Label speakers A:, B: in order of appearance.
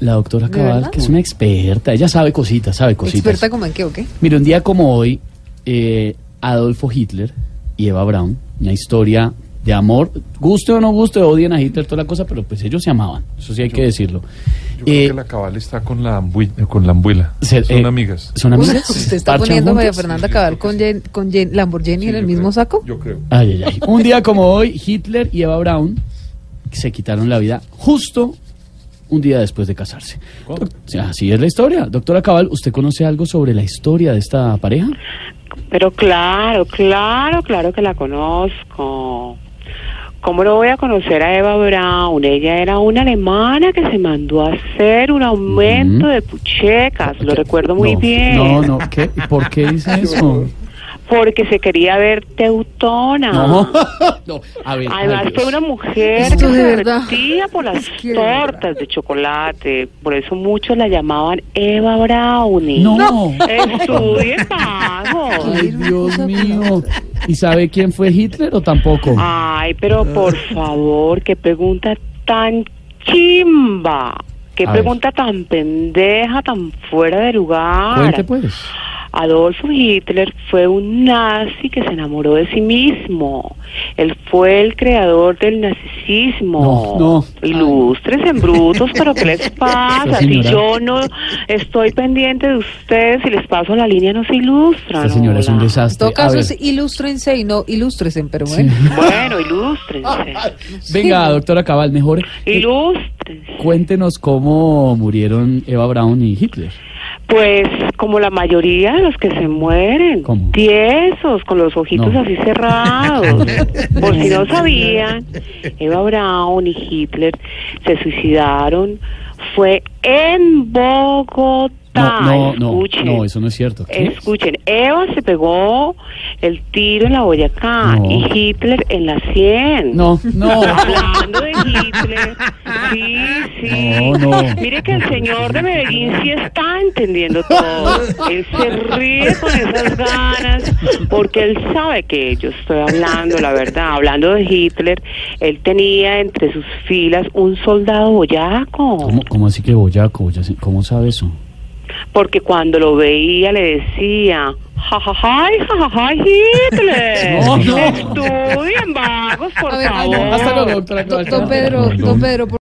A: La doctora
B: ¿De
A: Cabal,
B: verdad?
A: que es una experta, ella sabe cositas, sabe cositas.
B: ¿Experta como en qué o qué?
A: Mire, un día como hoy, eh, Adolfo Hitler y Eva Braun, una historia de amor, guste o no guste, odian a Hitler, toda la cosa, pero pues ellos se amaban, eso sí hay que decirlo.
C: Yo creo
A: Eh,
C: que la cabal está con la, ambui- con la ambuela.
A: se-
C: Son
A: eh,
C: amigas.
A: ¿Son amigas?
B: Usted está
A: ¿Parchan
B: poniendo a María
A: juntas?
B: Fernanda
C: Sí,
B: Cabal
C: yo creo
B: con,
C: que
B: Jen- con Jen- Lamborghini
C: Sí,
B: en el
C: yo
B: mismo
C: creo-
B: saco.
C: Yo creo.
A: Ay, ay, ay. Un día como hoy, Hitler y Eva Braun se quitaron la vida justo un día después de casarse.
C: ¿Cómo?
A: Doc- sí, Así es la historia. Doctora Cabal, ¿usted conoce algo sobre la historia de esta pareja?
D: Pero claro, claro, claro que la conozco. ¿Cómo no voy a conocer a Eva Braun? Ella era una alemana que se mandó a hacer un aumento
A: Ujú.
D: de puchecas, lo recuerdo muy
A: No,
D: bien.
A: No, no, ¿qué? ¿por qué dice eso?
D: Porque se quería ver teutona.
A: No, no, a ver.
D: Además
A: ay,
D: fue
A: Dios.
D: una mujer
B: Esto
D: que
B: de
D: se
B: verdad.
D: divertía por las
B: que de verdad.
D: tortas de chocolate. Por eso muchos la llamaban Eva Brownie.
A: No.
D: Estudie pagos.
A: Ay, Dios mío. ¿Y sabe quién fue Hitler o tampoco?
D: Ay, pero por favor, qué pregunta tan chimba. Qué
A: A
D: pregunta tan pendeja, tan fuera de lugar.
A: Cuente pues.
D: Adolfo Hitler fue un nazi que se enamoró de sí mismo. Él fue el creador del nazismo.
A: No, no.
D: Ilustres en brutos, pero ¿qué les pasa?
A: Esta
D: Si
A: señora-
D: yo no estoy pendiente de ustedes y les paso la línea, no se ilustran.
A: Esta señora es un
D: hola.
B: En
A: desastre.
B: todo
A: A
B: caso,
A: ver.
B: es ilústrense y no ilústresen, pero
A: Sí.
B: bueno.
D: Bueno, ilústrense.
A: Venga, doctora Cabal, mejor. eh,
D: Ilústrense.
A: Cuéntenos cómo murieron Eva Braun y Hitler.
D: Pues como la mayoría de los que se mueren,
A: ¿Cómo?
D: tiesos, con los ojitos
A: No.
D: así cerrados. Por si no sabían, Eva Braun y Hitler se suicidaron. Fue en Bogotá.
A: No, no, no,
D: Ah, Escuchen.
A: no, eso no es cierto. ¿Qué?
D: Escuchen, Eva se pegó el tiro en la Boyacá
A: No.
D: y Hitler en la 100.
A: No, no.
D: Hablando de Hitler. Sí, sí.
A: No, no.
D: Mire que el señor de Medellín sí está entendiendo todo. Él se ríe con esas ganas porque él sabe que yo estoy hablando, la verdad. Hablando de Hitler, él tenía entre sus filas un soldado boyaco.
A: ¿Cómo, cómo así que Boyaco? Ya sé- ¿Cómo sabe eso?
D: Porque cuando lo veía le decía, jajajay, jajajay, Hitler.
A: No, no.
D: Estudien, vagos, por
B: A ver, ay,
D: favor.
B: no, hasta
D: É.
A: luego, doctora
B: Don,
A: Cabal.
B: don Pedro, don Pedro, por